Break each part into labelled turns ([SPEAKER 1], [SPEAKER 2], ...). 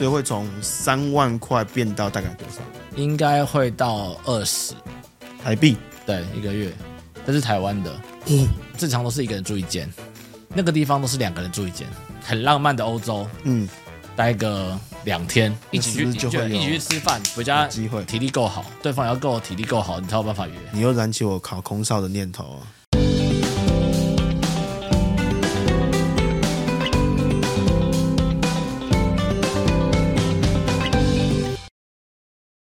[SPEAKER 1] 所以会从三万块变到大概多少
[SPEAKER 2] 应该会到二十，
[SPEAKER 1] 台币？
[SPEAKER 2] 对，一个月。这是台湾的，
[SPEAKER 1] 嗯
[SPEAKER 2] 正常都是一个人住一间，那个地方都是两个人住一间，很浪漫的欧洲，
[SPEAKER 1] 嗯，
[SPEAKER 2] 待个两天，一起去
[SPEAKER 1] 那是不是就会有
[SPEAKER 2] 一起去吃饭，回家
[SPEAKER 1] 有机会
[SPEAKER 2] 体力够好，对方也要够我体力够好，你才有办法约。
[SPEAKER 1] 你又燃起我考空少的念头啊！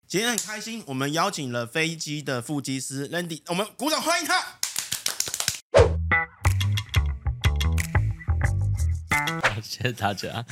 [SPEAKER 1] 今天很开心，我们邀请了飞机的副机师 Randy，我们鼓掌欢迎他。
[SPEAKER 2] 谢谢大家。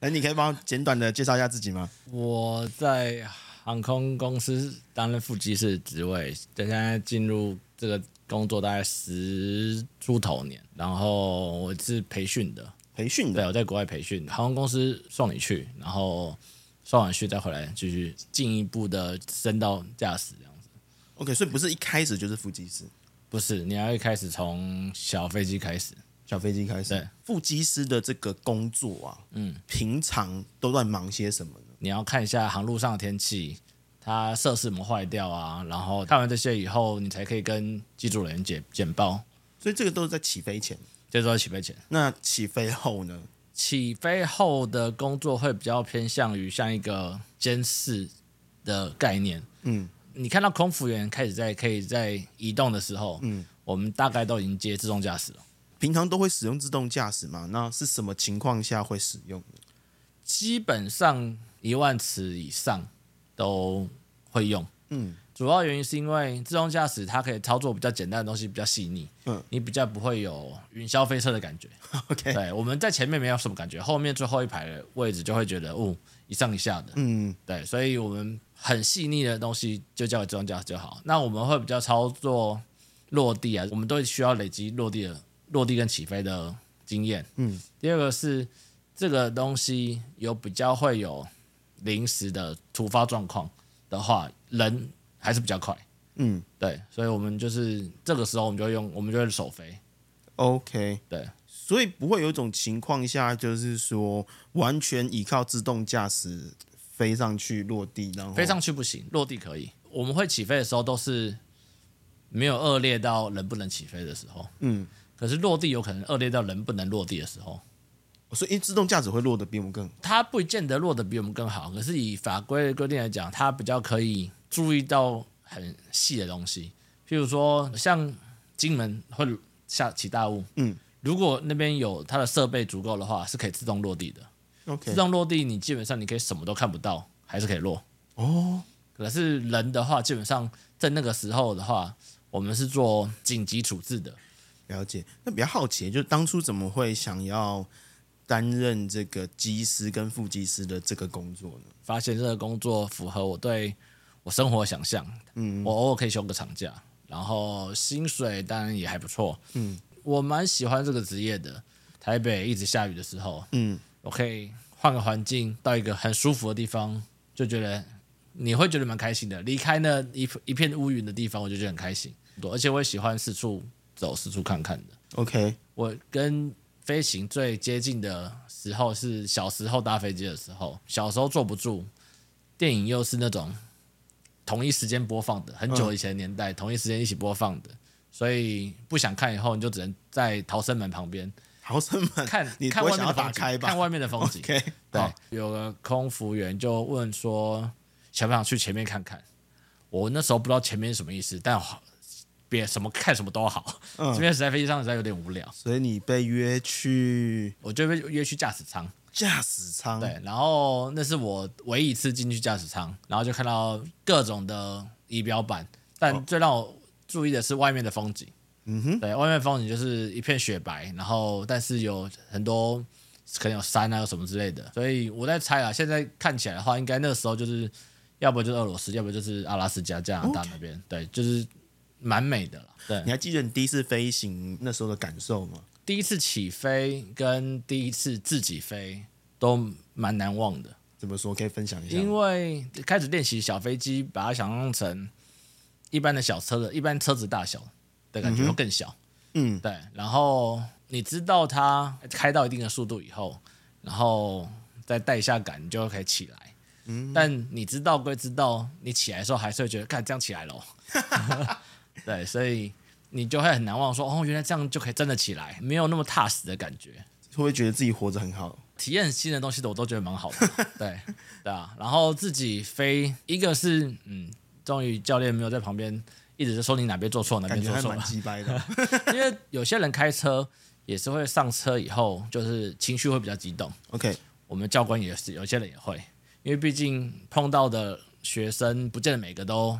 [SPEAKER 1] 哎，你可以帮我简短的介绍一下自己吗？
[SPEAKER 2] 我在航空公司担任副机师职位，现在进入这个工作大概十出头年，然后我是培训的，
[SPEAKER 1] 培训
[SPEAKER 2] 对，
[SPEAKER 1] 的，
[SPEAKER 2] 我在国外培训，航空公司送你去，然后送完去再回来，继续进一步的升到驾驶这样子。
[SPEAKER 1] OK，所以不是一开始就是副机师，
[SPEAKER 2] 不是，你要一开始从小飞机开始。
[SPEAKER 1] 小飞机开始。
[SPEAKER 2] 对，
[SPEAKER 1] 副机师的这个工作啊，嗯，平常都在忙些什么呢？
[SPEAKER 2] 你要看一下航路上的天气，它设施有没有坏掉啊，然后看完这些以后，你才可以跟机组人员简简报，
[SPEAKER 1] 所以这个都是在起飞前。
[SPEAKER 2] 这时候起飞前。
[SPEAKER 1] 那起飞后呢？
[SPEAKER 2] 起飞后的工作会比较偏向于像一个监视的概念。
[SPEAKER 1] 嗯，
[SPEAKER 2] 你看到空服员开始在可以在移动的时候，嗯，我们大概都已经接自动驾驶了。
[SPEAKER 1] 平常都会使用自动驾驶吗？那是什么情况下会使用呢？
[SPEAKER 2] 基本上一万尺以上都会用。
[SPEAKER 1] 嗯，
[SPEAKER 2] 主要原因是因为自动驾驶它可以操作比较简单的东西，比较细腻。
[SPEAKER 1] 嗯，
[SPEAKER 2] 你比较不会有云霄飞车的感觉。
[SPEAKER 1] OK
[SPEAKER 2] 对，我们在前面没有什么感觉，后面最后一排的位置就会觉得，哦，一上一下的。
[SPEAKER 1] 嗯，
[SPEAKER 2] 对，所以我们很细腻的东西就交给自动驾驶就好。那我们会比较操作落地啊，我们都需要累积落地的落地跟起飞的经验。
[SPEAKER 1] 嗯，
[SPEAKER 2] 第二个是这个东西有比较会有临时的突发状况的话，人还是比较快。
[SPEAKER 1] 嗯
[SPEAKER 2] 对，所以我们就是这个时候我们就会用，我们就会手飞。
[SPEAKER 1] ，OK。
[SPEAKER 2] 对，
[SPEAKER 1] 所以不会有一种情况下，就是说完全依靠自动驾驶飞上去落地，然后
[SPEAKER 2] 飞上去不行，落地可以。我们会起飞的时候都是没有恶劣到人不能起飞的时候，
[SPEAKER 1] 嗯，
[SPEAKER 2] 可是落地有可能恶劣到人不能落地的时候，
[SPEAKER 1] 所以因为自动驾驶会落得比我们更
[SPEAKER 2] 它不见得落得比我们更好，可是以法规的规定来讲，它比较可以注意到很细的东西，譬如说像金门会下起大雾，
[SPEAKER 1] 嗯，
[SPEAKER 2] 如果那边有它的设备足够的话，是可以自动落地的。
[SPEAKER 1] OK
[SPEAKER 2] 自动落地，你基本上你可以什么都看不到，还是可以落。
[SPEAKER 1] 哦。
[SPEAKER 2] 可是人的话，基本上在那个时候的话，我们是做紧急处置的。
[SPEAKER 1] 了解。那比较好奇，就是当初怎么会想要担任这个机师跟副机师的这个工作呢？
[SPEAKER 2] 发现这个工作符合我对我生活的想象，嗯，我偶尔可以休个长假，然后薪水当然也还不错，嗯，我蛮喜欢这个职业的。台北一直下雨的时候，
[SPEAKER 1] 嗯，
[SPEAKER 2] 我可以换个环境，到一个很舒服的地方，就觉得你会觉得蛮开心的。离开那一一片乌云的地方，我就觉得很开心。而且我也喜欢四处走、四处看看的。
[SPEAKER 1] OK，
[SPEAKER 2] 我跟飞行最接近的时候是小时候搭飞机的时候，小时候坐不住，电影又是那种同一时间播放的，很久以前的年代、同一时间一起播放的，所以不想看以后你就只能在逃生门旁边
[SPEAKER 1] 逃生门，
[SPEAKER 2] 看
[SPEAKER 1] 你不
[SPEAKER 2] 看
[SPEAKER 1] 会
[SPEAKER 2] 外面
[SPEAKER 1] 想
[SPEAKER 2] 的
[SPEAKER 1] 要
[SPEAKER 2] 风景
[SPEAKER 1] 打开吧？
[SPEAKER 2] 看外面的风景。
[SPEAKER 1] OK，
[SPEAKER 2] 对
[SPEAKER 1] 好，
[SPEAKER 2] 有个空服员就问说想不想去前面看看？我那时候不知道前面是什么意思，但好别什么看什么都好，
[SPEAKER 1] 嗯
[SPEAKER 2] 这边实在飞机上实在有点无聊。
[SPEAKER 1] 所以你被约去
[SPEAKER 2] 我就被约去驾驶舱，
[SPEAKER 1] 驾驶舱，
[SPEAKER 2] 对，然后那是我唯一一次进去驾驶舱，然后就看到各种的仪表板，但最让我注意的是外面的风景，
[SPEAKER 1] 哦嗯哼，
[SPEAKER 2] 对，外面风景就是一片雪白，然后但是有很多可能有山啊，有什么之类的，所以我在猜啊，现在看起来的话，应该那时候就是要不就是俄罗斯，要不就是阿拉斯加、加拿大
[SPEAKER 1] 哦
[SPEAKER 2] 那边，对，就是蛮美的了，对。
[SPEAKER 1] 你还记得你第一次飞行那时候的感受吗？
[SPEAKER 2] 第一次起飞跟第一次自己飞都蛮难忘的，
[SPEAKER 1] 怎么说？可以分享一下吗？
[SPEAKER 2] 因为开始练习小飞机，把它想象成一般的小车的一般车子大小的感觉会更小。
[SPEAKER 1] 嗯，
[SPEAKER 2] 对，然后你知道它开到一定的速度以后，然后再带一下杆，你就可以起来。
[SPEAKER 1] 嗯
[SPEAKER 2] 但你知道归知道，你起来的时候还是会觉得，看这样起来 了。对，所以你就会很难忘说，哦，原来这样就可以真的起来，没有那么踏实的感觉。
[SPEAKER 1] 会不会觉得自己活着很好？
[SPEAKER 2] 体验新的东西的，我都觉得蛮 好的。对，对啊。然后自己飞，一个是嗯，终于教练没有在旁边一直就说你哪边做错，哪
[SPEAKER 1] 感
[SPEAKER 2] 边
[SPEAKER 1] 觉
[SPEAKER 2] 做
[SPEAKER 1] 还
[SPEAKER 2] 错
[SPEAKER 1] 蛮。鸡掰的。
[SPEAKER 2] 因为有些人开车也是会上车以后，就是情绪会比较激动。
[SPEAKER 1] OK，
[SPEAKER 2] 我们教官也是，有些人也会，因为毕竟碰到的学生不见得每个都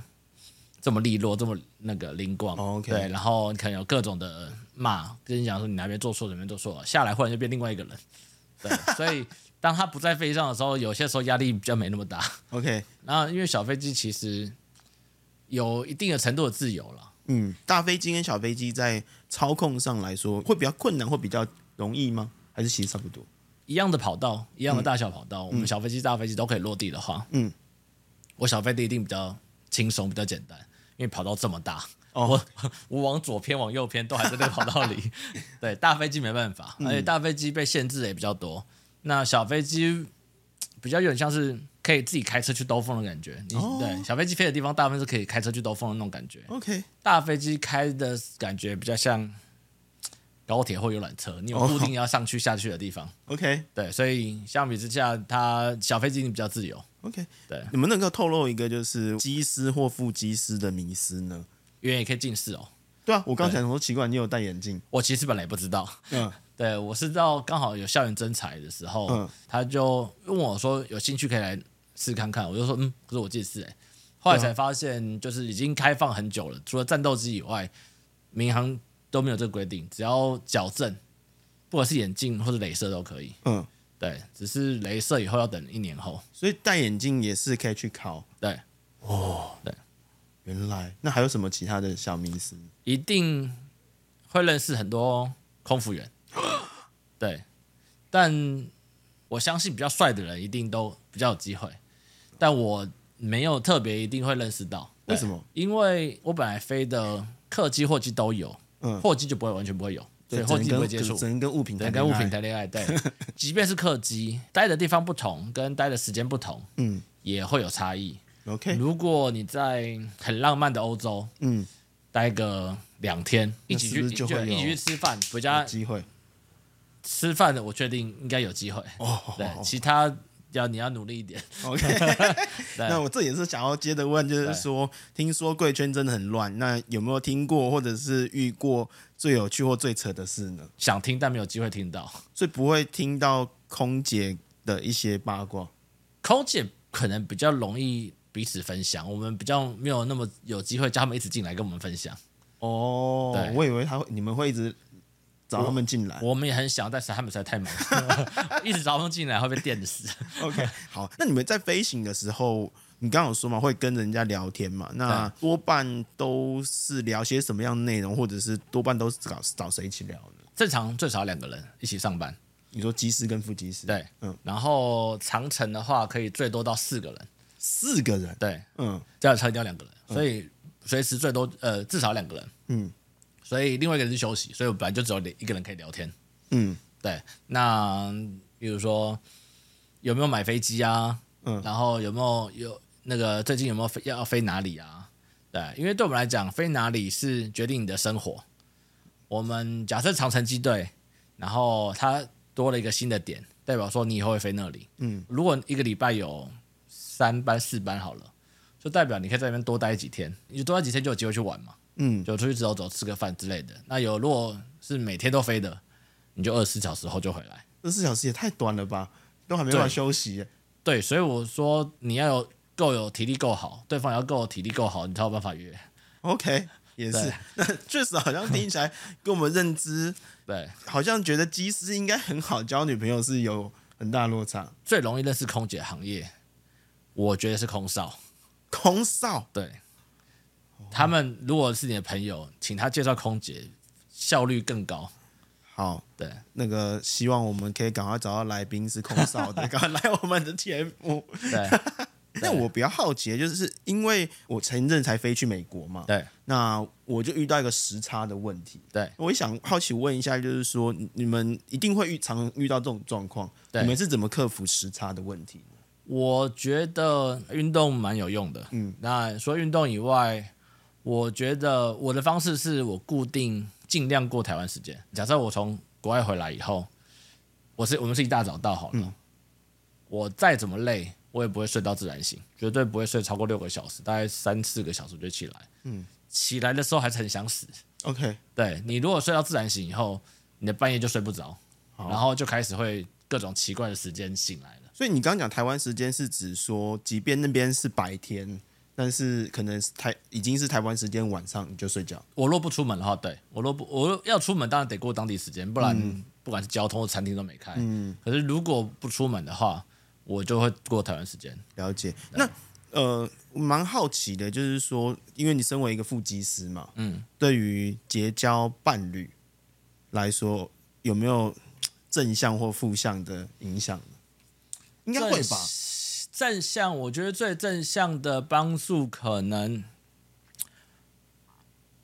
[SPEAKER 2] 这么利落，这么那个灵光。
[SPEAKER 1] 哦，OK
[SPEAKER 2] 对，然后可能有各种的骂，跟你讲说你哪边做错，哪边做错，下来忽然就变另外一个人。 对，所以当他不在飞机上的时候，有些时候压力比较没那么大。
[SPEAKER 1] OK，
[SPEAKER 2] 然后因为小飞机其实有一定的程度的自由了。
[SPEAKER 1] 嗯，大飞机跟小飞机在操控上来说会比较困难，会比较容易吗？还是其实差不多？
[SPEAKER 2] 一样的跑道，一样的大小跑道，我们小飞机、大飞机都可以落地的话，
[SPEAKER 1] 嗯，
[SPEAKER 2] 我小飞机一定比较轻松，比较简单，因为跑道这么大，
[SPEAKER 1] 哦
[SPEAKER 2] 我我往左偏往右偏都还在那个跑道 里。对，大飞机没办法，
[SPEAKER 1] 嗯
[SPEAKER 2] 而且大飞机被限制的也比较多。那小飞机比较有点像是可以自己开车去兜风的感觉，你、
[SPEAKER 1] 哦
[SPEAKER 2] 对小飞机飞的地方大部分是可以开车去兜风的那种感觉，
[SPEAKER 1] OK，
[SPEAKER 2] 大飞机开的感觉比较像高铁或游览车，你有
[SPEAKER 1] 哦
[SPEAKER 2] 固定要上去下去的地方。
[SPEAKER 1] OK
[SPEAKER 2] 对，所以相比之下，它小飞机你比较自由。
[SPEAKER 1] OK，
[SPEAKER 2] 对，
[SPEAKER 1] 你们能够透露一个就是机师或副机师的迷思呢？
[SPEAKER 2] 因为也可以近视哦。
[SPEAKER 1] 对啊，我刚想说奇怪，你有戴眼镜？
[SPEAKER 2] 我其实本来也不知道，
[SPEAKER 1] 嗯
[SPEAKER 2] 对我是到刚好有校园征才的时候，
[SPEAKER 1] 嗯
[SPEAKER 2] 他就问我说有兴趣可以来试看看，我就说嗯，可是我近视哎、后来
[SPEAKER 1] 嗯
[SPEAKER 2] 才发现，就是已经开放很久了，除了战斗机以外，民航都没有这个规定，只要矫正，不管是眼镜或者镭射都可以。
[SPEAKER 1] 嗯，
[SPEAKER 2] 对，只是镭射以后要等一年后。
[SPEAKER 1] 所以戴眼镜也是可以去考。
[SPEAKER 2] 对，
[SPEAKER 1] 原来那还有什么其他的小迷思？
[SPEAKER 2] 一定会认识很多空 服员，对，但我相信比较帅的人一定都比较有机会，但我没有特别一定会认识到，对
[SPEAKER 1] 为什么？
[SPEAKER 2] 因为我本来飞的客机、货机都有，
[SPEAKER 1] 嗯
[SPEAKER 2] 货机就不会完全不会有，所以
[SPEAKER 1] 对，
[SPEAKER 2] 货机
[SPEAKER 1] 只
[SPEAKER 2] 不
[SPEAKER 1] 能
[SPEAKER 2] 会
[SPEAKER 1] 跟
[SPEAKER 2] 接触，
[SPEAKER 1] 只能跟物品
[SPEAKER 2] 对，
[SPEAKER 1] 谈
[SPEAKER 2] 跟
[SPEAKER 1] 恋
[SPEAKER 2] 物
[SPEAKER 1] 爱
[SPEAKER 2] 品谈恋爱，对，即便是客机，待的地方不同，跟待的时间不同，
[SPEAKER 1] 嗯
[SPEAKER 2] 也会有差异。
[SPEAKER 1] OK，
[SPEAKER 2] 如果你在很浪漫的欧洲，
[SPEAKER 1] 嗯，
[SPEAKER 2] 待个两天，一起
[SPEAKER 1] 是
[SPEAKER 2] 去
[SPEAKER 1] 不是就会有
[SPEAKER 2] 一起去吃饭，回
[SPEAKER 1] 有
[SPEAKER 2] 家
[SPEAKER 1] 机会
[SPEAKER 2] 吃饭的，我确定应该有机会。
[SPEAKER 1] 哦。
[SPEAKER 2] 对，其他要你要努力一点。
[SPEAKER 1] OK，
[SPEAKER 2] 对
[SPEAKER 1] 那我这也是想要接着问，就是说，听说贵圈真的很乱，那有没有听过或者是遇过最有趣或最扯的事呢？
[SPEAKER 2] 想听但没有机会听到，
[SPEAKER 1] 所以不会听到空姐的一些八卦。
[SPEAKER 2] 空姐可能比较容易彼此分享，我们比较没有那么有机会叫他们一直进来跟我们 分享。
[SPEAKER 1] 哦
[SPEAKER 2] 对
[SPEAKER 1] 我以为他会，你们会一直找他们进来。
[SPEAKER 2] 我们也很想，但是他们实在太忙 了，一直找他们进来会被电死。
[SPEAKER 1] OK，好，那你们在飞行的时候，你刚刚有说嘛，会跟人家聊天嘛？那多半都是聊些什么样的内容，或者是多半都是找找谁一起聊呢？
[SPEAKER 2] 正常最少两个人一起上班，
[SPEAKER 1] 你说机师跟副机师，，
[SPEAKER 2] 对，
[SPEAKER 1] 嗯
[SPEAKER 2] 然后长城的话可以最多到四个人，
[SPEAKER 1] 四个人，
[SPEAKER 2] 对，
[SPEAKER 1] 嗯，
[SPEAKER 2] 这样超一定要两个人，所以随时最多呃至少两个人，
[SPEAKER 1] 嗯，
[SPEAKER 2] 所以另外一个人去休息，所以我本来就只有一个人可以聊天，
[SPEAKER 1] 嗯，
[SPEAKER 2] 对，那比如说有没有买飞机啊，
[SPEAKER 1] 嗯
[SPEAKER 2] 然后有没有有那个最近有没有飞要飞哪里啊？对，因为对我们来讲，飞哪里是决定你的生活。我们假设长城机队，然后它多了一个新的点，代表说你以后会飞那里。
[SPEAKER 1] 嗯，
[SPEAKER 2] 如果一个礼拜有三班四班好了，就代表你可以在那边多待几天，你多待几天就有机会去玩嘛。
[SPEAKER 1] 嗯，
[SPEAKER 2] 就出去走走、吃个饭之类的。那有如果是每天都飞的，你就二十四小时后就回来。
[SPEAKER 1] 二十四小时也太短了吧，都还没办法
[SPEAKER 2] 对
[SPEAKER 1] 休息耶。
[SPEAKER 2] 对，所以我说你要有够有体力够好，对方也要够有体力够好，你才有办法约。
[SPEAKER 1] OK，也是
[SPEAKER 2] 对，
[SPEAKER 1] 那确实好像听起来跟我们认知，
[SPEAKER 2] 对，
[SPEAKER 1] 好像觉得机师应该很好交女朋友是有很大落差。
[SPEAKER 2] 最容易认识空姐行业，我觉得是空少。
[SPEAKER 1] 空少
[SPEAKER 2] 对，他们如果是你的朋友，请他介绍空姐，效率更高。
[SPEAKER 1] 好，
[SPEAKER 2] 对，
[SPEAKER 1] 那个 希望我们可以赶快找到来宾是空少的，赶快来我们的节目。
[SPEAKER 2] 对，
[SPEAKER 1] 那我比较好奇的就是，因为我前一阵才飞去美国嘛，
[SPEAKER 2] 对
[SPEAKER 1] 那我就遇到一个时差的问题。
[SPEAKER 2] 对，
[SPEAKER 1] 我也想好奇问一下，就是说你你们一定会遇常遇到这种状况，
[SPEAKER 2] 对
[SPEAKER 1] 你们是怎么克服时差的问题？
[SPEAKER 2] 我觉得运动蛮有用的。嗯，那除了运动以外，我觉得我的方式是我固定尽量过台湾时间。假设我从国外回来以后，我是我们是一大早到好了，我再怎么累，我也不会睡到自然醒，绝对不会睡超过六个小时，大概三四个小时我就起来。嗯，起来的时候还是很想死。
[SPEAKER 1] OK，
[SPEAKER 2] 对你如果睡到自然醒以后，你的半夜就睡不着，然后就开始会各种奇怪的时间醒来了。
[SPEAKER 1] 所以你刚刚讲台湾时间是指说，即便那边是白天，但是可能是台已经是台湾时间晚上你就睡觉。
[SPEAKER 2] 我若不出门的话，对我若不我若要出门，当然得过当地时间，不然、
[SPEAKER 1] 嗯
[SPEAKER 2] 不管是交通或餐厅都没开。可是如果不出门的话，我就会过台湾时间。
[SPEAKER 1] 了解。那呃，我蛮好奇的，就是说，因为你身为一个副机师嘛，嗯，对于结交伴侣来说，有没有正向或负向的影响呢？应该会吧。
[SPEAKER 2] 正向，我觉得最正向的帮助可能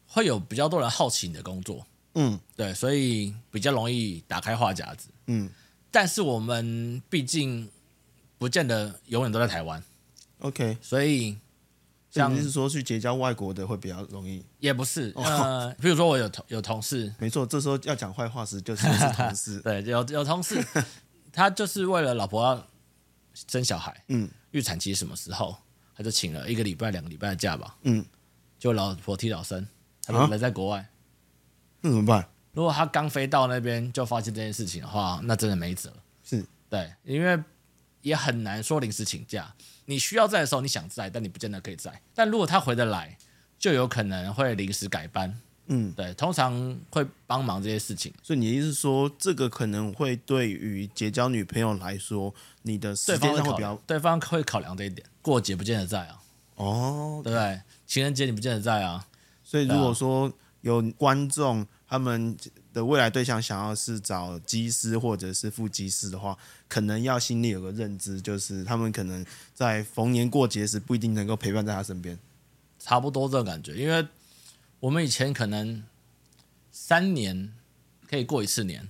[SPEAKER 2] 会有比较多人好奇你的工作，
[SPEAKER 1] 嗯，
[SPEAKER 2] 对，所以比较容易打开话匣子。
[SPEAKER 1] 嗯，
[SPEAKER 2] 但是我们毕竟不见得永远都在台湾，
[SPEAKER 1] OK，
[SPEAKER 2] 所
[SPEAKER 1] 所
[SPEAKER 2] 以
[SPEAKER 1] 以
[SPEAKER 2] 像
[SPEAKER 1] 你是说去结交外国的会比较容易？
[SPEAKER 2] 也不是，
[SPEAKER 1] 哦
[SPEAKER 2] 呃，比如说我有同有同事，
[SPEAKER 1] 没错，这时候要讲坏话时就是是同 事。
[SPEAKER 2] 对，有有 同事，他就是为了老婆要生小孩，
[SPEAKER 1] 嗯，
[SPEAKER 2] 预产期什么时候，他就请了一个礼拜、两个礼拜的假吧，
[SPEAKER 1] 嗯，
[SPEAKER 2] 就老婆提早生，他
[SPEAKER 1] 啊
[SPEAKER 2] 们人在国外。
[SPEAKER 1] 那怎么办？
[SPEAKER 2] 如果他刚飞到那边就发现这件事情的话，那真的没辙。
[SPEAKER 1] 是
[SPEAKER 2] 对，因为也很难说临时请假。你需要在的时候你想在，但你不见得可以在。但如果他回得来，就有可能会临时改班。
[SPEAKER 1] 嗯，
[SPEAKER 2] 对，通常会帮忙这些事情。
[SPEAKER 1] 所以你的意思是说，这个可能会对于结交女朋友来说，你的时
[SPEAKER 2] 对
[SPEAKER 1] 间
[SPEAKER 2] 方会
[SPEAKER 1] 上会
[SPEAKER 2] 考
[SPEAKER 1] 比较
[SPEAKER 2] 量，对方会考量这一点。过节不见得在啊，
[SPEAKER 1] 哦，
[SPEAKER 2] 对不对？情人节你不见得在啊，
[SPEAKER 1] 所以如果说有观众他们的未来对象想要是找机师或者是副机师的话，可能要心里有个认知，就是他们可能在逢年过节时不一定能够陪伴在他身边。
[SPEAKER 2] 差不多这种感觉。因为我们以前可能三年可以过一次年，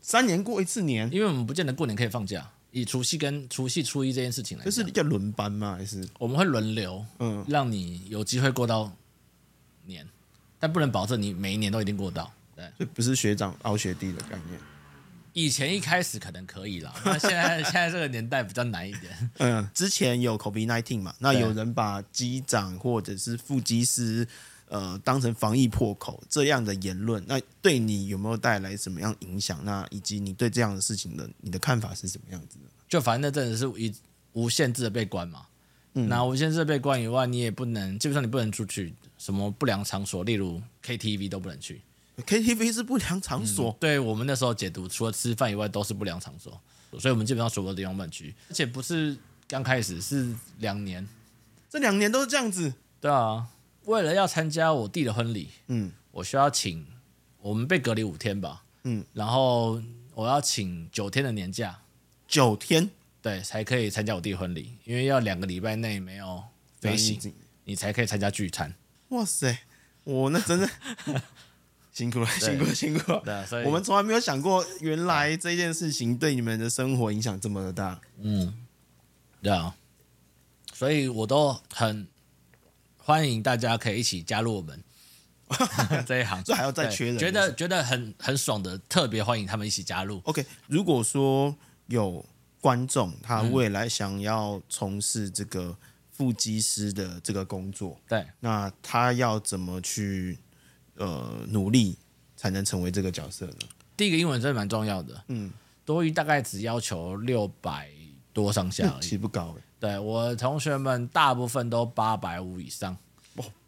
[SPEAKER 1] 三年过一次年，
[SPEAKER 2] 因为我们不见得过年可以放假。以除夕跟除夕初一这件事情来
[SPEAKER 1] 就
[SPEAKER 2] 讲，
[SPEAKER 1] 是叫轮班吗？还是
[SPEAKER 2] 我们会轮流，
[SPEAKER 1] 嗯
[SPEAKER 2] 让你有机会过到年，但不能保证你每一年都一定过到。对，
[SPEAKER 1] 就不是学长熬学弟的概念？
[SPEAKER 2] 以前一开始可能可以啦，那现在 现在这个年代比较难一点。
[SPEAKER 1] 嗯，之前有 COVID nineteen 嘛，那
[SPEAKER 2] 对
[SPEAKER 1] 有人把机长或者是副机师呃当成防疫破口这样的言论，那对你有没有带来什么样影响？那以及你对这样的事情的你的看法是什么样子的？
[SPEAKER 2] 就反正那阵子是一无限制的被关嘛，
[SPEAKER 1] 嗯
[SPEAKER 2] 那无限制的被关以外，你也不能基本上你不能出去，什么不良场所，例如 KTV 都不能去。
[SPEAKER 1] KTV 是不良场所，
[SPEAKER 2] 对我们那时候解读，除了吃饭以外都是不良场所，所以我们基本上所有地方不能去，而且不是刚开始，是两年。
[SPEAKER 1] 这两年都是这样子。
[SPEAKER 2] 对啊，为了要参加我弟的婚礼，
[SPEAKER 1] 嗯，
[SPEAKER 2] 我需要请，我们被隔离五天吧，
[SPEAKER 1] 嗯，
[SPEAKER 2] 然后我要请九天的年假，
[SPEAKER 1] 九天
[SPEAKER 2] 对，才可以参加我弟婚礼，因为要两个礼拜内没有飞行，，你才可以参加聚餐。
[SPEAKER 1] 哎哇塞，我那 真的辛苦了，辛苦了，辛苦
[SPEAKER 2] 对
[SPEAKER 1] 了。
[SPEAKER 2] 啊，所以
[SPEAKER 1] 我们从来没有想过，原来这件事情对你们的生活影响这么的大。
[SPEAKER 2] 嗯对啊，所以我都很欢迎大家可以一起加入我 们这一行，
[SPEAKER 1] 这还要再
[SPEAKER 2] 对
[SPEAKER 1] 缺人
[SPEAKER 2] 觉得觉得很很爽的，特别欢迎他们一起加入。
[SPEAKER 1] OK，如果说有观众他未来想要从事这个副机师的这个工作，
[SPEAKER 2] 对，
[SPEAKER 1] 那他要怎么去呃努力才能成为这个角色呢？
[SPEAKER 2] 第一个英文真的蛮重要的，嗯，多余大概只要求六百多上下而
[SPEAKER 1] 其
[SPEAKER 2] 已。
[SPEAKER 1] 实不高欸
[SPEAKER 2] 对我同学们大部分都八百五以上，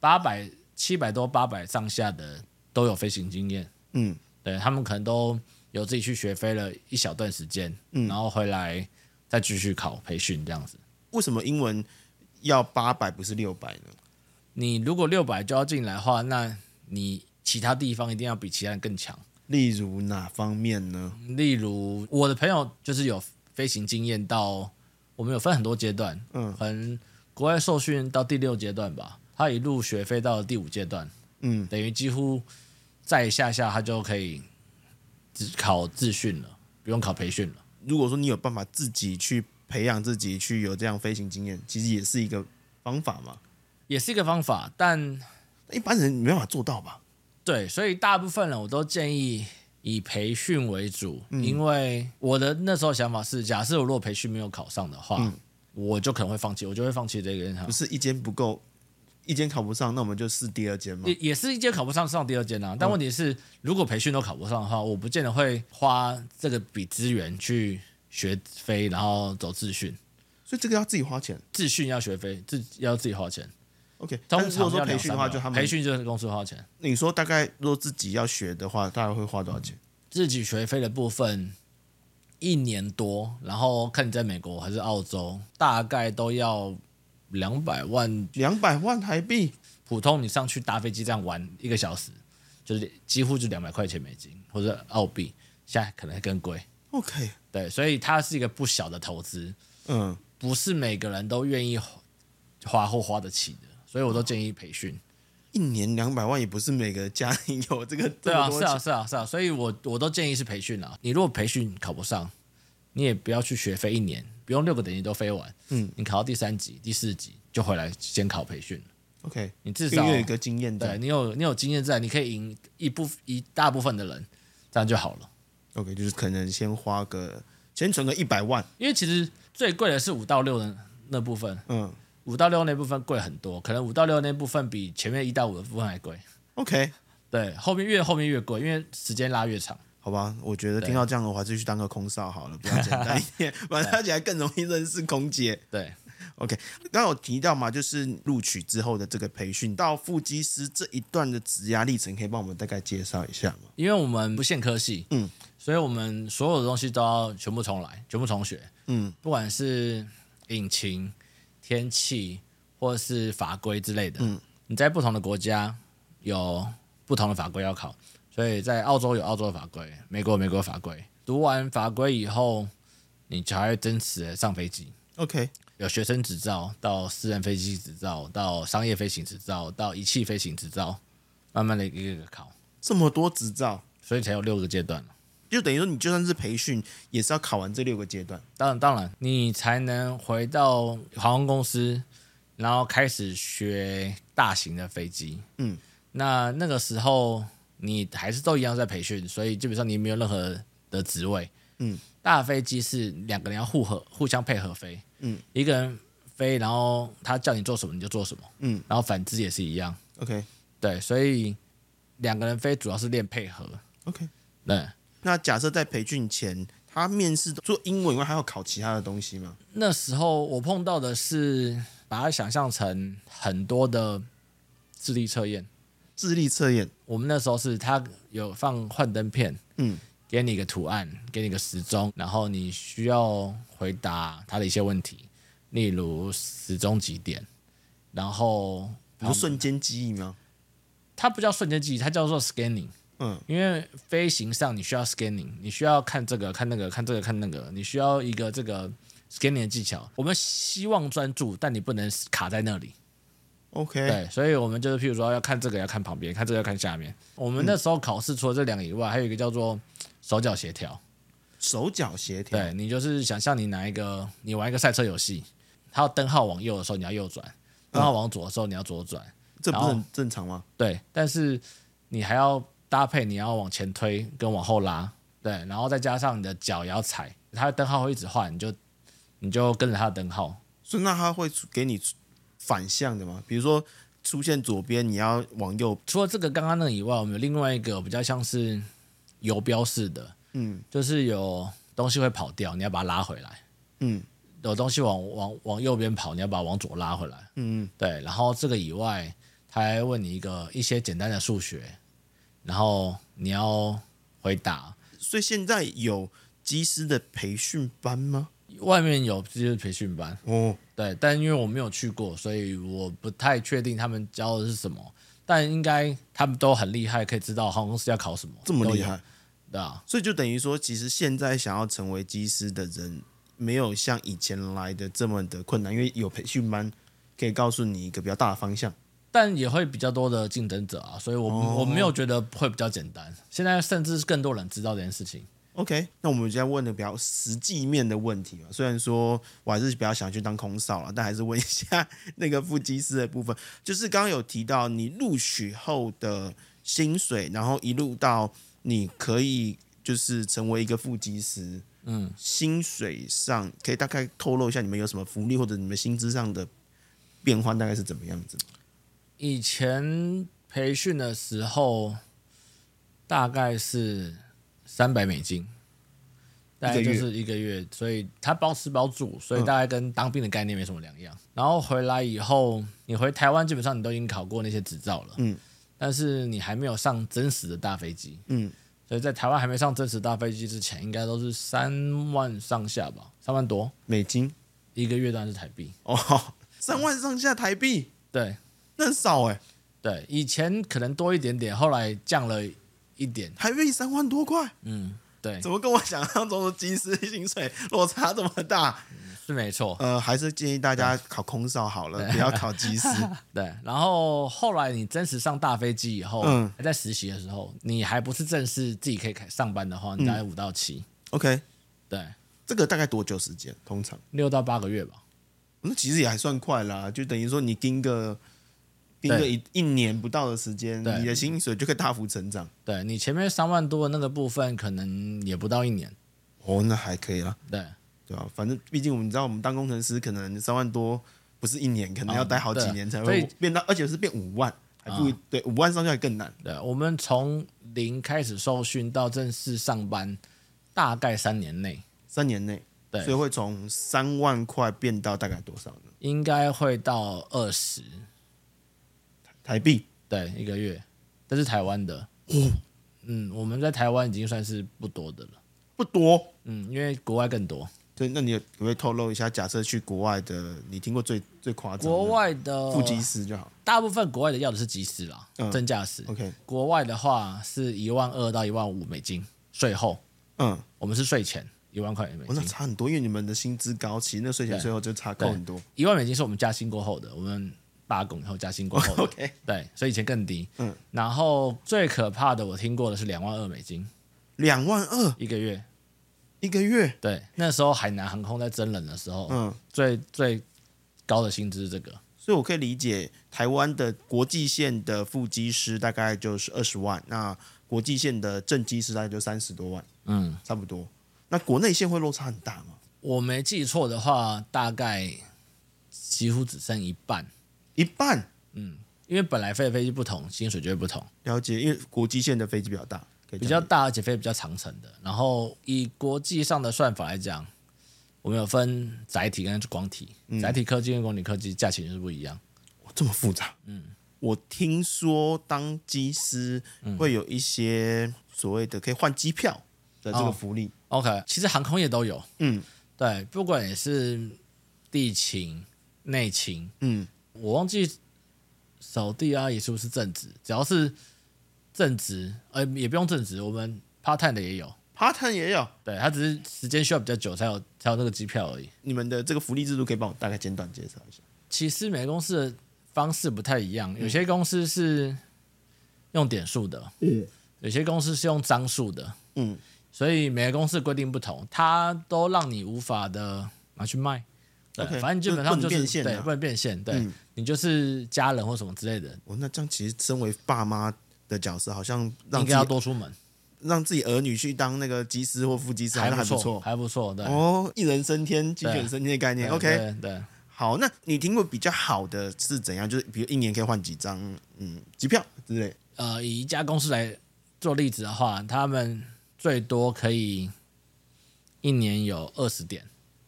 [SPEAKER 2] 八百七百多八百上下的都有飞行经验，
[SPEAKER 1] 嗯，
[SPEAKER 2] 对他们可能都有自己去学飞了一小段时间，然后回来再继续考培训这样子。
[SPEAKER 1] 为什么英文要八百不是六百呢？
[SPEAKER 2] 你如果六百就要进来的话，那你其他地方一定要比其他人更强。
[SPEAKER 1] 例如哪方面呢？
[SPEAKER 2] 例如，我的朋友就是有飞行经验到我们有分很多阶段，
[SPEAKER 1] 嗯
[SPEAKER 2] 从国外受训到第六阶段吧，他一路学飞到了第五阶段，
[SPEAKER 1] 嗯
[SPEAKER 2] 等于几乎再下下他就可以只考自训了，不用考培训了。
[SPEAKER 1] 如果说你有办法自己去培养自己，去有这样飞行经验，其实也是一个方法嘛。
[SPEAKER 2] 也是一个方法，但
[SPEAKER 1] 一般人没办法做到吧？
[SPEAKER 2] 对，所以大部分人我都建议以培训为主，因为我的那时候想法是，假设我如果培训没有考上的话，我就可能会放弃，我就会放弃这个人。
[SPEAKER 1] 不是一间不够，一间考不上，那我们就试第二间嘛
[SPEAKER 2] 也。也是一间考不上上第二间啊，但问题是，如果培训都考不上的话，我不见得会花这个笔资源去学飞，然后走自训。
[SPEAKER 1] 所以这个要自己花钱。
[SPEAKER 2] 自训要学飞，自要自己花钱。
[SPEAKER 1] OK，但
[SPEAKER 2] 通
[SPEAKER 1] 是如
[SPEAKER 2] 常
[SPEAKER 1] 果说
[SPEAKER 2] 要
[SPEAKER 1] 培
[SPEAKER 2] 两
[SPEAKER 1] 训的
[SPEAKER 2] 三
[SPEAKER 1] 话，
[SPEAKER 2] 万啊
[SPEAKER 1] 就他们
[SPEAKER 2] 培训就是公司花钱。
[SPEAKER 1] 你说大概如果自己要学的话，大概会花多少钱？
[SPEAKER 2] 自己学费的部分，一年多，然后看你在美国还是澳洲，大概都要两百万。
[SPEAKER 1] 两百万台币，
[SPEAKER 2] 普通你上去搭飞机这样玩一个小时，就是几乎就两百块钱美金或者澳币，现在可能还更贵。
[SPEAKER 1] OK，
[SPEAKER 2] 对，所以它是一个不小的投资，
[SPEAKER 1] 嗯，
[SPEAKER 2] 不是每个人都愿意花或花得起的。所以我都建议培训。
[SPEAKER 1] 一年两百万也不是每个家庭有这个
[SPEAKER 2] 对
[SPEAKER 1] 这么
[SPEAKER 2] 啊，
[SPEAKER 1] 多
[SPEAKER 2] 是啊，
[SPEAKER 1] 钱。
[SPEAKER 2] 是啊，是啊，所以我我都建议是培训啊。你如果培训考不上，你也不要去学飞一年，不用六个等级都飞完，嗯，你考到第三级、第四级就回来先考培训，
[SPEAKER 1] OK，
[SPEAKER 2] 你至
[SPEAKER 1] 因
[SPEAKER 2] 少
[SPEAKER 1] 为有一个经验
[SPEAKER 2] 对
[SPEAKER 1] 在。
[SPEAKER 2] 你有你有经验在，你可以赢一部一大部分的人，这样就好了。
[SPEAKER 1] OK，就是可能先花个，先存个一百万，
[SPEAKER 2] 因为其实最贵的是五到六的那部分，
[SPEAKER 1] 嗯
[SPEAKER 2] 五到六那部分贵很多，可能五到六那部分比前面一到五的部分还贵。
[SPEAKER 1] ，OK，
[SPEAKER 2] 对，后面越后面越贵，因为时间拉越长。
[SPEAKER 1] 好吧，我觉得
[SPEAKER 2] 对
[SPEAKER 1] 听到这样的，我还是去当个空少好了，比较简单一 点，反正而且还更容易认识空姐。
[SPEAKER 2] 对，
[SPEAKER 1] OK，刚刚有提到嘛，就是录取之后的这个培训到副机师这一段的职涯历程，可以帮我们大概介绍一下吗？
[SPEAKER 2] 因为我们不限科系，
[SPEAKER 1] 嗯，
[SPEAKER 2] 所以我们所有的东西都要全部重来，全部重学，
[SPEAKER 1] 嗯，
[SPEAKER 2] 不管是引擎、天气或是法规之类的，嗯，你在不同的国家有不同的法规要考，所以在澳洲有澳洲的法规，美国有美国的法规，读完法规以后，你才会真实的上飞机。
[SPEAKER 1] OK，
[SPEAKER 2] 有学生执照，到私人飞机执照，到商业飞行执照，到仪器飞行执照，慢慢的一个一个考，
[SPEAKER 1] 这么多执照，
[SPEAKER 2] 所以才有六个阶段。
[SPEAKER 1] 就等于说你就算是培训，也是要考完这六个阶段。
[SPEAKER 2] 当然，当然，你才能回到航空公司，然后开始学大型的飞机。
[SPEAKER 1] 嗯，
[SPEAKER 2] 那那个时候你还是都一样在培训，所以基本上你没有任何的职位。
[SPEAKER 1] 嗯，
[SPEAKER 2] 大飞机是两个人要互合、互相配合飞。
[SPEAKER 1] 嗯，
[SPEAKER 2] 一个人飞，然后他叫你做什么你就做什么。
[SPEAKER 1] 嗯，
[SPEAKER 2] 然后反之也是一样。
[SPEAKER 1] OK，OK，、
[SPEAKER 2] 对，所以两个人飞主要是练配合。对，
[SPEAKER 1] 那假设在培训前，他面试做英文以外，还要考其他的东西吗？
[SPEAKER 2] 那时候我碰到的是把它想象成很多的智力测验。
[SPEAKER 1] 智力测验，
[SPEAKER 2] 我们那时候是它有放幻灯片，
[SPEAKER 1] 嗯，
[SPEAKER 2] 给你一个图案，给你一个时钟，然后你需要回答它的一些问题，例如时钟几点，然后
[SPEAKER 1] 比如瞬间记忆吗？
[SPEAKER 2] 它不叫瞬间记忆，它叫做 scanning。
[SPEAKER 1] 嗯，
[SPEAKER 2] 因为飞行上你需要 scanning，你需要看这个看那个看这个看那个，你需要一个这个 scanning 的技巧。我们希望专注，但你不能卡在那里。
[SPEAKER 1] OK，
[SPEAKER 2] 对，所以我们就是譬如说要看这个要看旁边，看这个要看下面。我们那时候考试除了这两个以外，还有一个叫做手脚协调。
[SPEAKER 1] 手脚协调。
[SPEAKER 2] 对你就是想象你拿一个你玩一个赛车游戏，它要灯号往右的时候你要右转，灯号往左的时候你要左转。
[SPEAKER 1] 这不
[SPEAKER 2] 然
[SPEAKER 1] 是
[SPEAKER 2] 后
[SPEAKER 1] 很正常吗？
[SPEAKER 2] 对，但是你还要搭配，你要往前推跟往后拉，对，然后再加上你的脚也要踩，它的灯号会一直换，你就你就跟着它的灯号。
[SPEAKER 1] 所以那他会给你反向的吗？比如说出现左边，你要往右。
[SPEAKER 2] 除了这个刚刚那个以外，我们有另外一个比较像是游标式的，
[SPEAKER 1] 嗯，
[SPEAKER 2] 就是有东西会跑掉，你要把它拉回来，
[SPEAKER 1] 嗯，
[SPEAKER 2] 有东西往往往右边跑，你要把它往左拉回来，
[SPEAKER 1] 嗯，
[SPEAKER 2] 对，然后这个以外，他还问你一个一些简单的数学，然后你要回答，
[SPEAKER 1] 所以现在有机师的培训班吗？
[SPEAKER 2] 外面有就是培训班，
[SPEAKER 1] 哦，
[SPEAKER 2] 对，但因为我没有去过，所以我不太确定他们教的是什么。但应该他们都很厉害，可以知道航空公司要考什么，
[SPEAKER 1] 这么厉
[SPEAKER 2] 都有，
[SPEAKER 1] 害！
[SPEAKER 2] 对啊，
[SPEAKER 1] 所以就等于说，其实现在想要成为机师的人，没有像以前来的这么的困难，因为有培训班可以告诉你一个比较大的方向。
[SPEAKER 2] 但也会比较多的竞争者啊，所以我、我没
[SPEAKER 1] 哦
[SPEAKER 2] 有觉得会比较简单。现在甚至是更多人知道这件事情。
[SPEAKER 1] OK，那我们就在问的比较实际面的问题嘛。虽然说我还是比较想去当空少了，但还是问一下那个副机师的部分。就是刚刚有提到你录取后的薪水，然后一路到你可以就是成为一个副机师，
[SPEAKER 2] 嗯，
[SPEAKER 1] 薪水上可以大概透露一下你们有什么福利或者你们薪资上的变换大概是怎么样子吗？
[SPEAKER 2] 以前培训的时候大概是三百美金，大概就是一个月，所以他包吃包住，所以大概跟当兵的概念没什么两样。然后回来以后，你回台湾基本上你都已经考过那些执照了，
[SPEAKER 1] 嗯，
[SPEAKER 2] 但是你还没有上真实的大飞机，
[SPEAKER 1] 嗯，
[SPEAKER 2] 所以在台湾还没上真实大飞机之前，应该都是三万上下吧，三万多
[SPEAKER 1] 美金
[SPEAKER 2] 一个月，当然是台币，
[SPEAKER 1] 哦，三万上下台币，
[SPEAKER 2] 对。
[SPEAKER 1] 那很少哎、
[SPEAKER 2] 对，以前可能多一点点，后来降了一点。
[SPEAKER 1] 台币三万多块。
[SPEAKER 2] 嗯，对，
[SPEAKER 1] 怎么跟我想象中的机师薪水落差这么 大？
[SPEAKER 2] 是没错。
[SPEAKER 1] 呃，还是建议大家考空少好了，不要考机 师。
[SPEAKER 2] 对，然后后来你真实上大飞机以后，
[SPEAKER 1] 嗯
[SPEAKER 2] 还在实习的时候，你还不是正式自己可以开上班的话，你大概五到七、
[SPEAKER 1] OK，
[SPEAKER 2] 对，
[SPEAKER 1] 这个大概多久时间？通常
[SPEAKER 2] 六到八个月吧。
[SPEAKER 1] 那其实也还算快啦，就等于说你盯个盯个
[SPEAKER 2] 对
[SPEAKER 1] 一一年不到的时间，
[SPEAKER 2] 对
[SPEAKER 1] 你的薪水就可以大幅成长。
[SPEAKER 2] 对你前面三万多的那个部分，可能也不到一年。
[SPEAKER 1] 哦，那还可以啦，
[SPEAKER 2] 对，
[SPEAKER 1] 对吧、反正毕竟我们知道，我们当工程师可能三万多不是一年，可能
[SPEAKER 2] 哦
[SPEAKER 1] 要待好几
[SPEAKER 2] 对
[SPEAKER 1] 年才
[SPEAKER 2] 所
[SPEAKER 1] 会
[SPEAKER 2] 以哦
[SPEAKER 1] 变到，而且是变五万，还不、对五万上下更难。
[SPEAKER 2] 对，我们从零开始受训到正式上班，大概三年内，
[SPEAKER 1] 三年内，
[SPEAKER 2] 对
[SPEAKER 1] 所以会从三万块变到大概多少呢？
[SPEAKER 2] 应该会到二十，
[SPEAKER 1] 台币。
[SPEAKER 2] 对，一个月，这是台湾的。
[SPEAKER 1] 哦
[SPEAKER 2] 嗯，我们在台湾已经算是不多的了。
[SPEAKER 1] 不多。
[SPEAKER 2] 嗯，因为国外更多，
[SPEAKER 1] 对，那你有可不可以透露一下？假设去国外的，你听过最最夸张的？
[SPEAKER 2] 国外哦的
[SPEAKER 1] 副机师就好。
[SPEAKER 2] 大部分国外的要的是机师啦，
[SPEAKER 1] 嗯
[SPEAKER 2] 正驾驶。
[SPEAKER 1] OK，
[SPEAKER 2] 国外的话是一万二到一万五美金，税后
[SPEAKER 1] 嗯，
[SPEAKER 2] 我们是税前一万块美
[SPEAKER 1] 哦我那
[SPEAKER 2] 金，
[SPEAKER 1] 差很多，因为你们的薪资高，其实那税前
[SPEAKER 2] 对
[SPEAKER 1] 税后就差高很多。
[SPEAKER 2] 一万美金是我们加薪过后的，我们罢工以后加薪过后的，
[SPEAKER 1] OK，
[SPEAKER 2] 对，所以以前更低。
[SPEAKER 1] 嗯，
[SPEAKER 2] 然后最可怕的我听过的是两万二美金
[SPEAKER 1] 两万二
[SPEAKER 2] 一个月，
[SPEAKER 1] 一个月。
[SPEAKER 2] 对，那时候海南航空在真人的时候，
[SPEAKER 1] 嗯，
[SPEAKER 2] 最最高的薪资是这个，
[SPEAKER 1] 所以我可以理解，台湾的国际线的副机师大概就是二十万，那国际线的正机师大概就三十多万，
[SPEAKER 2] 嗯，
[SPEAKER 1] 差不多。那国内线会落差很大吗？
[SPEAKER 2] 我没记错的话，大概几乎只剩一半，
[SPEAKER 1] 一半
[SPEAKER 2] 因为本来飞的飞机不同，薪水就会不同，
[SPEAKER 1] 了解，因为国际线的飞机比较大，可以这
[SPEAKER 2] 比
[SPEAKER 1] 样
[SPEAKER 2] 较大而且飞比较长程的。然后以国际上的算法来讲，我们有分载体跟光体，载体科技跟光体科技价钱就是不一样。
[SPEAKER 1] 这么复杂？嗯，我听说当机师
[SPEAKER 2] 嗯
[SPEAKER 1] 会有一些所谓的可以换机票的这个福利。
[SPEAKER 2] OK，其实航空业都有，
[SPEAKER 1] 嗯
[SPEAKER 2] 对，不管你是地勤、内勤，
[SPEAKER 1] 嗯，
[SPEAKER 2] 我忘记扫地阿姨是不是正职，只要是正职，呃，也不用正职，我们 part time 的也有，
[SPEAKER 1] part time 也有。
[SPEAKER 2] 对，他只是时间需要比较久才有才有那个机票而已。
[SPEAKER 1] 你们的这个福利制度可以帮我大概简短介绍一下？
[SPEAKER 2] 其实每个公司的方式不太一样，有些公司是用点数的，
[SPEAKER 1] 嗯
[SPEAKER 2] 有些公司是用张数的，
[SPEAKER 1] 嗯，
[SPEAKER 2] 所以每个公司的规定不同，它都让你无法的拿去卖。对
[SPEAKER 1] OK，
[SPEAKER 2] 反正基本上
[SPEAKER 1] 不
[SPEAKER 2] 就
[SPEAKER 1] 能
[SPEAKER 2] 是
[SPEAKER 1] 变现啊
[SPEAKER 2] 对，不能变现，对、
[SPEAKER 1] 嗯
[SPEAKER 2] 你就是家人或什么之类的，
[SPEAKER 1] 哦，那这样其实身为爸妈的角色，好像让
[SPEAKER 2] 应
[SPEAKER 1] 自
[SPEAKER 2] 该要
[SPEAKER 1] 己
[SPEAKER 2] 多出门。
[SPEAKER 1] 让自己儿女去当那个机师或副机师，好像还
[SPEAKER 2] 不
[SPEAKER 1] 不
[SPEAKER 2] 错，
[SPEAKER 1] 错。
[SPEAKER 2] 还不错，对。
[SPEAKER 1] 哦，一人升天，鸡
[SPEAKER 2] 对
[SPEAKER 1] 犬升天的概
[SPEAKER 2] 对
[SPEAKER 1] 念。OK，
[SPEAKER 2] 对对，
[SPEAKER 1] 好，那你听过比较好的是怎样？就是比如一年可以换几张嗯机票之类。
[SPEAKER 2] 呃，以一家公司来做例子的话，他们最多可以一年有二十点。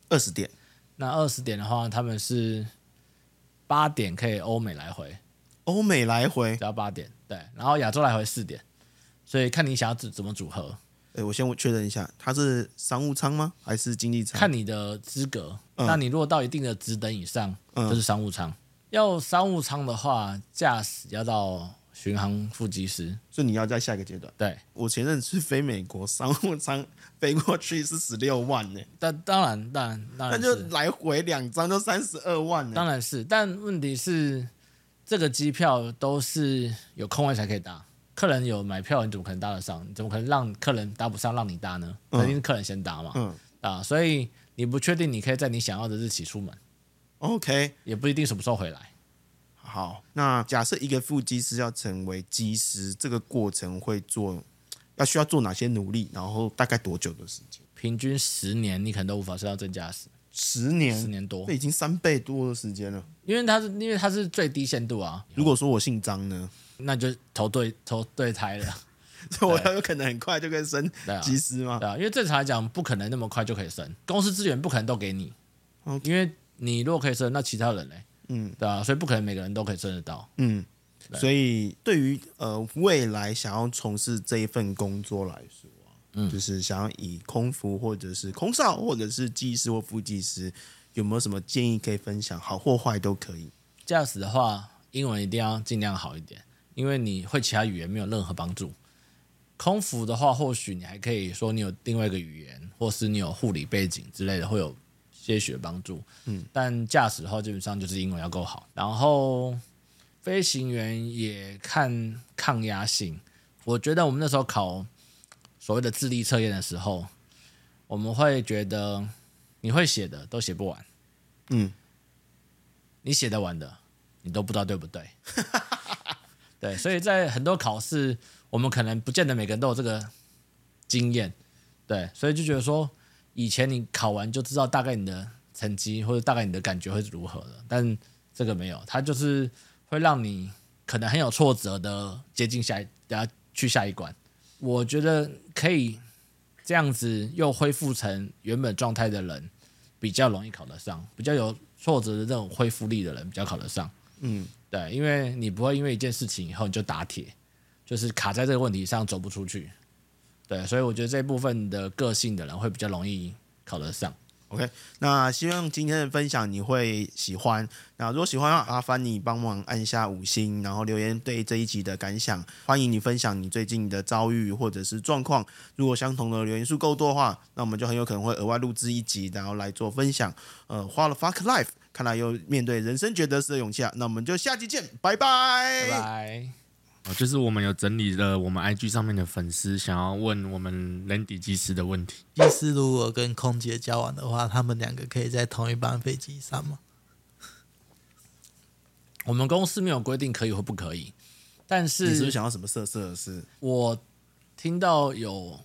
[SPEAKER 1] 二十点，
[SPEAKER 2] 那二十点的话，他们是八点可以欧美来回，
[SPEAKER 1] 欧美来回
[SPEAKER 2] 只，要八点，对，然后亚洲来回四点，所以看你想要怎怎么组合，
[SPEAKER 1] 哎，我先我确认一下，它是商务舱吗？还是经济舱？
[SPEAKER 2] 看你的资格。
[SPEAKER 1] 嗯
[SPEAKER 2] 那你如果到一定的职等以上，就是商务舱。要商务舱的话，驾驶要到巡航副机师，
[SPEAKER 1] 所以你要在下一个阶段。
[SPEAKER 2] 对，
[SPEAKER 1] 我前任是飞美国商务舱飞过去是十六万呢、
[SPEAKER 2] 但当然，当然，当
[SPEAKER 1] 那
[SPEAKER 2] 然，
[SPEAKER 1] 就是来回两张就三十二万呢、
[SPEAKER 2] 当然是，但问题是这个机票都是有空位才可以搭，客人有买票，你怎么可能搭得上？你怎么可能让客人搭不上，让你搭呢？肯定是客人先搭嘛，
[SPEAKER 1] 嗯
[SPEAKER 2] 啊，所以你不确定你可以在你想要的日期出门，
[SPEAKER 1] OK，
[SPEAKER 2] 也不一定什么时候回来。
[SPEAKER 1] 好，那假设一个副机师要成为机师，这个过程会做要需要做哪些努力，然后大概多久的时间？
[SPEAKER 2] 平均十年，你可能都无法升到正驾驶，
[SPEAKER 1] 十年，
[SPEAKER 2] 十年多
[SPEAKER 1] 这，已经三倍多的时间了。
[SPEAKER 2] 因为它是因为它是最低限度啊，
[SPEAKER 1] 如果说我姓张呢，
[SPEAKER 2] 那就投对投对胎了，
[SPEAKER 1] 我有可能很快就可以升
[SPEAKER 2] 对啊
[SPEAKER 1] 机师吗？
[SPEAKER 2] 对啊，因为正常来讲不可能那么快就可以升，公司资源不可能都给你，
[SPEAKER 1] OK
[SPEAKER 2] 因为你如果可以升，那其他人嘞，
[SPEAKER 1] 嗯，
[SPEAKER 2] 对啊，所以不可能每个人都可以升得到，
[SPEAKER 1] 嗯，
[SPEAKER 2] 啊
[SPEAKER 1] 所以对于呃未来想要从事这一份工作来说啊、
[SPEAKER 2] 嗯
[SPEAKER 1] 就是想要以空服或者是空少或者是技师或副技师，有没有什么建议可以分享？好或坏都可以。
[SPEAKER 2] 驾驶的话，英文一定要尽量好一点，因为你会其他语言没有任何帮助。空服的话，或许你还可以说你有另外一个语言，或是你有护理背景之类的，会有些许的帮助。嗯，但驾驶的话，基本上就是英文要够好，然后飞行员也看抗压性。我觉得我们那时候考所谓的智力测验的时候，我们会觉得你会写的都写不完，
[SPEAKER 1] 嗯，
[SPEAKER 2] 你写得完的，你都不知道对不对。 对，所以在很多考试，我们可能不见得每个人都有这个经验，对，所以就觉得说，以前你考完就知道大概你的成绩或者大概你的感觉会是如何的，但这个没有，它就是会让你可能很有挫折的接近下一，然后去下一关。我觉得可以这样子又恢复成原本状态的人，比较容易考得上，比较有挫折的这种恢复力的人比较考得上。
[SPEAKER 1] 嗯，
[SPEAKER 2] 对，因为你不会因为一件事情以后你就打铁，就是卡在这个问题上走不出去。对，所以我觉得这部分的个性的人会比较容易考得上。
[SPEAKER 1] OK，那希望今天的分享你会喜欢。那如果喜欢的话，麻烦你帮忙按下五星，然后留言对这一集的感想。欢迎你分享你最近的遭遇或者是状况。如果相同的留言数够多的话，那我们就很有可能会额外录制一集，然后来做分享。呃，花了 fuck life，看来又面对人生觉得是的勇气啊。那我们就下期见，拜拜。
[SPEAKER 2] 拜拜。
[SPEAKER 3] 哦，就是我们有整理了我们 IG 上面的粉丝想要问我们 Landy 技师的问题。
[SPEAKER 4] 技师如果跟空姐交往的话，他们两个可以在同一班飞机上吗？
[SPEAKER 2] 我们公司没有规定可以或不可以，但
[SPEAKER 1] 你是不是
[SPEAKER 2] 是
[SPEAKER 1] 想要什么色色的事？
[SPEAKER 2] 我听到有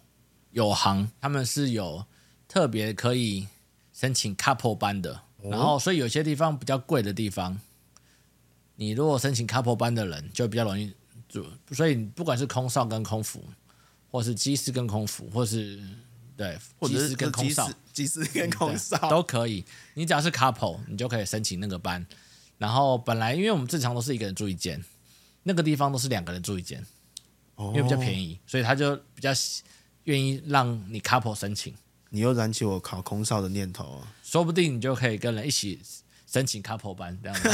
[SPEAKER 2] 有行他们是有特别可以申请 couple 班的，
[SPEAKER 1] 哦
[SPEAKER 2] 然后所以有些地方比较贵的地方，你如果申请 couple 班的人就比较容易住，所以不管是空少跟空服，或是机师跟空服，或是对
[SPEAKER 1] 或
[SPEAKER 2] 机
[SPEAKER 1] 者是
[SPEAKER 2] 师跟空少，
[SPEAKER 1] 即时跟空少
[SPEAKER 2] 都可以。你只要是 couple，你就可以申请那个班。然后本来因为我们正常都是一个人住一间，那个地方都是两个人住一间，因为比较便
[SPEAKER 1] 宜。
[SPEAKER 2] 宜，所以他就比较喜愿意让你 couple 申请，
[SPEAKER 1] 你又燃起我考空少的念头啊！
[SPEAKER 2] 说不定你就可以跟人一起申请 couple 班这样子。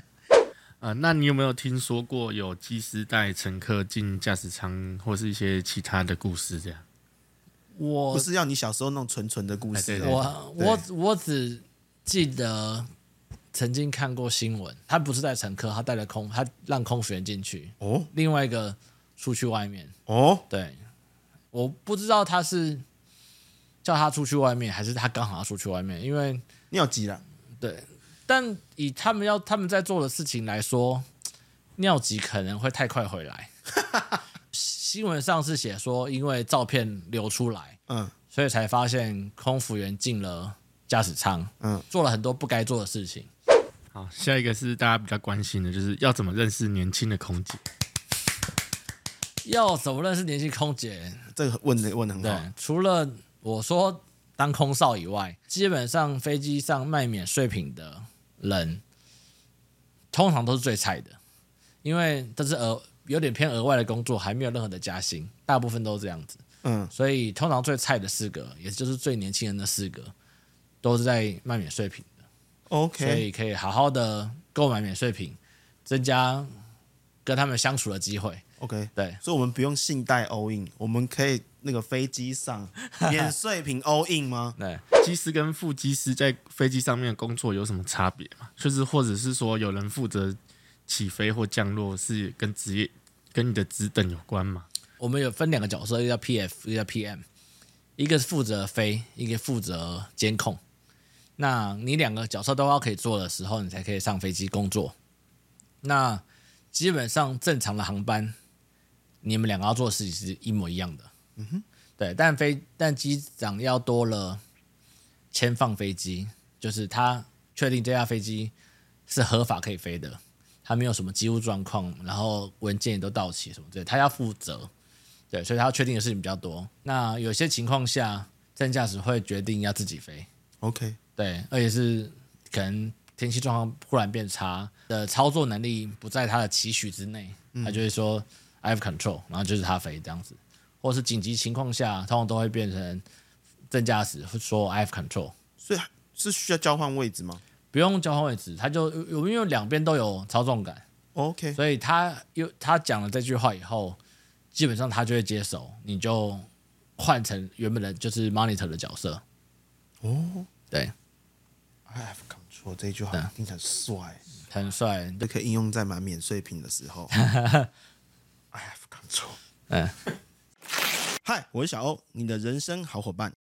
[SPEAKER 3] 呃，那你有没有听说过有机师带乘客进驾驶舱，或是一些其他的故事这样？
[SPEAKER 2] 我
[SPEAKER 1] 不是要你小时候那种纯纯的故事
[SPEAKER 3] 哎对
[SPEAKER 1] 啊、
[SPEAKER 3] 对
[SPEAKER 2] 我我我只记得曾经看过新闻，他不是带乘客，他带了空，他让空服员进去，
[SPEAKER 1] 哦
[SPEAKER 2] 另外一个出去外面。
[SPEAKER 1] 哦，
[SPEAKER 2] 对，我不知道他是叫他出去外面，还是他刚好要出去外面，因为
[SPEAKER 1] 尿急了，
[SPEAKER 2] 对，但以他们要他们在做的事情来说，尿急可能会太快回来。 新闻上是写说，因为照片流出来，
[SPEAKER 1] 嗯
[SPEAKER 2] 所以才发现空服员进了驾驶舱，
[SPEAKER 1] 嗯，
[SPEAKER 2] 做了很多不该做的事情。
[SPEAKER 3] 好，下一个是大家比较关心的，就是要怎么认识年轻的空姐。
[SPEAKER 2] 要怎么认识年轻空姐？
[SPEAKER 1] 这个问的问的很好。
[SPEAKER 2] 对，除了我说当空少以外，基本上飞机上卖免税品的人，通常都是最菜的，因为这是额有点偏额外的工作，还没有任何的加薪，大部分都是这样子。
[SPEAKER 1] 嗯，
[SPEAKER 2] 所以通常最菜的四个，也就是最年轻人的四个，都是在卖免税品的，所
[SPEAKER 1] 哦 OK，
[SPEAKER 2] 以可以好好的购买免税品，增加跟他们相处的机会。
[SPEAKER 1] OK，
[SPEAKER 2] 对，
[SPEAKER 1] 所以我们不用信贷 all in，我们可以那个飞机 上免税品 all in 吗？
[SPEAKER 2] 对，
[SPEAKER 3] 机师跟副机师在飞机上面的工作有什么差别吗？就是或者是说，有人负责起飞或降落，是跟职业跟你的职等有关吗？
[SPEAKER 2] 我们有分两个角色，一个叫 PF，一个叫 PM，一个是负责飞，一个负责监控。那你两个角色都要可以做的时候，你才可以上飞机工作。那基本上正常的航班，你们两个要做的事情是一模一样的。嗯哼，对，但飞但机长要多了签放飞机，就是他确定这架飞机是合法可以飞的，他没有什么机务状况，然后文件也都到齐什么之类，他要负责。对，所以他要确定的事情比较多。那有些情况下，正驾驶会决定要自己飞，
[SPEAKER 1] OK，
[SPEAKER 2] 对，而且是可能天气状况忽然变差，的操作能力不在他的期许之内，他就会说 I have control，然后就是他飞这样子，或是紧急情况下，通常都会变成正驾驶会说 I have control，
[SPEAKER 1] 所以是需要交换位置吗
[SPEAKER 2] 不用交换位置，他就有因为两边都有操纵感，
[SPEAKER 1] ？OK，
[SPEAKER 2] 所以他又他讲了这句话以后，基本上他就会接手，你就换成原本的就是 monitor 的角色。
[SPEAKER 1] 哦
[SPEAKER 2] 对，
[SPEAKER 1] ，I have control 这一句好像听起来很帅，
[SPEAKER 2] 很帅。
[SPEAKER 1] 这可以应用在买免税品的时 候。I have control。
[SPEAKER 2] 嗯，
[SPEAKER 1] 嗨，我是小欧，你的人生好伙伴。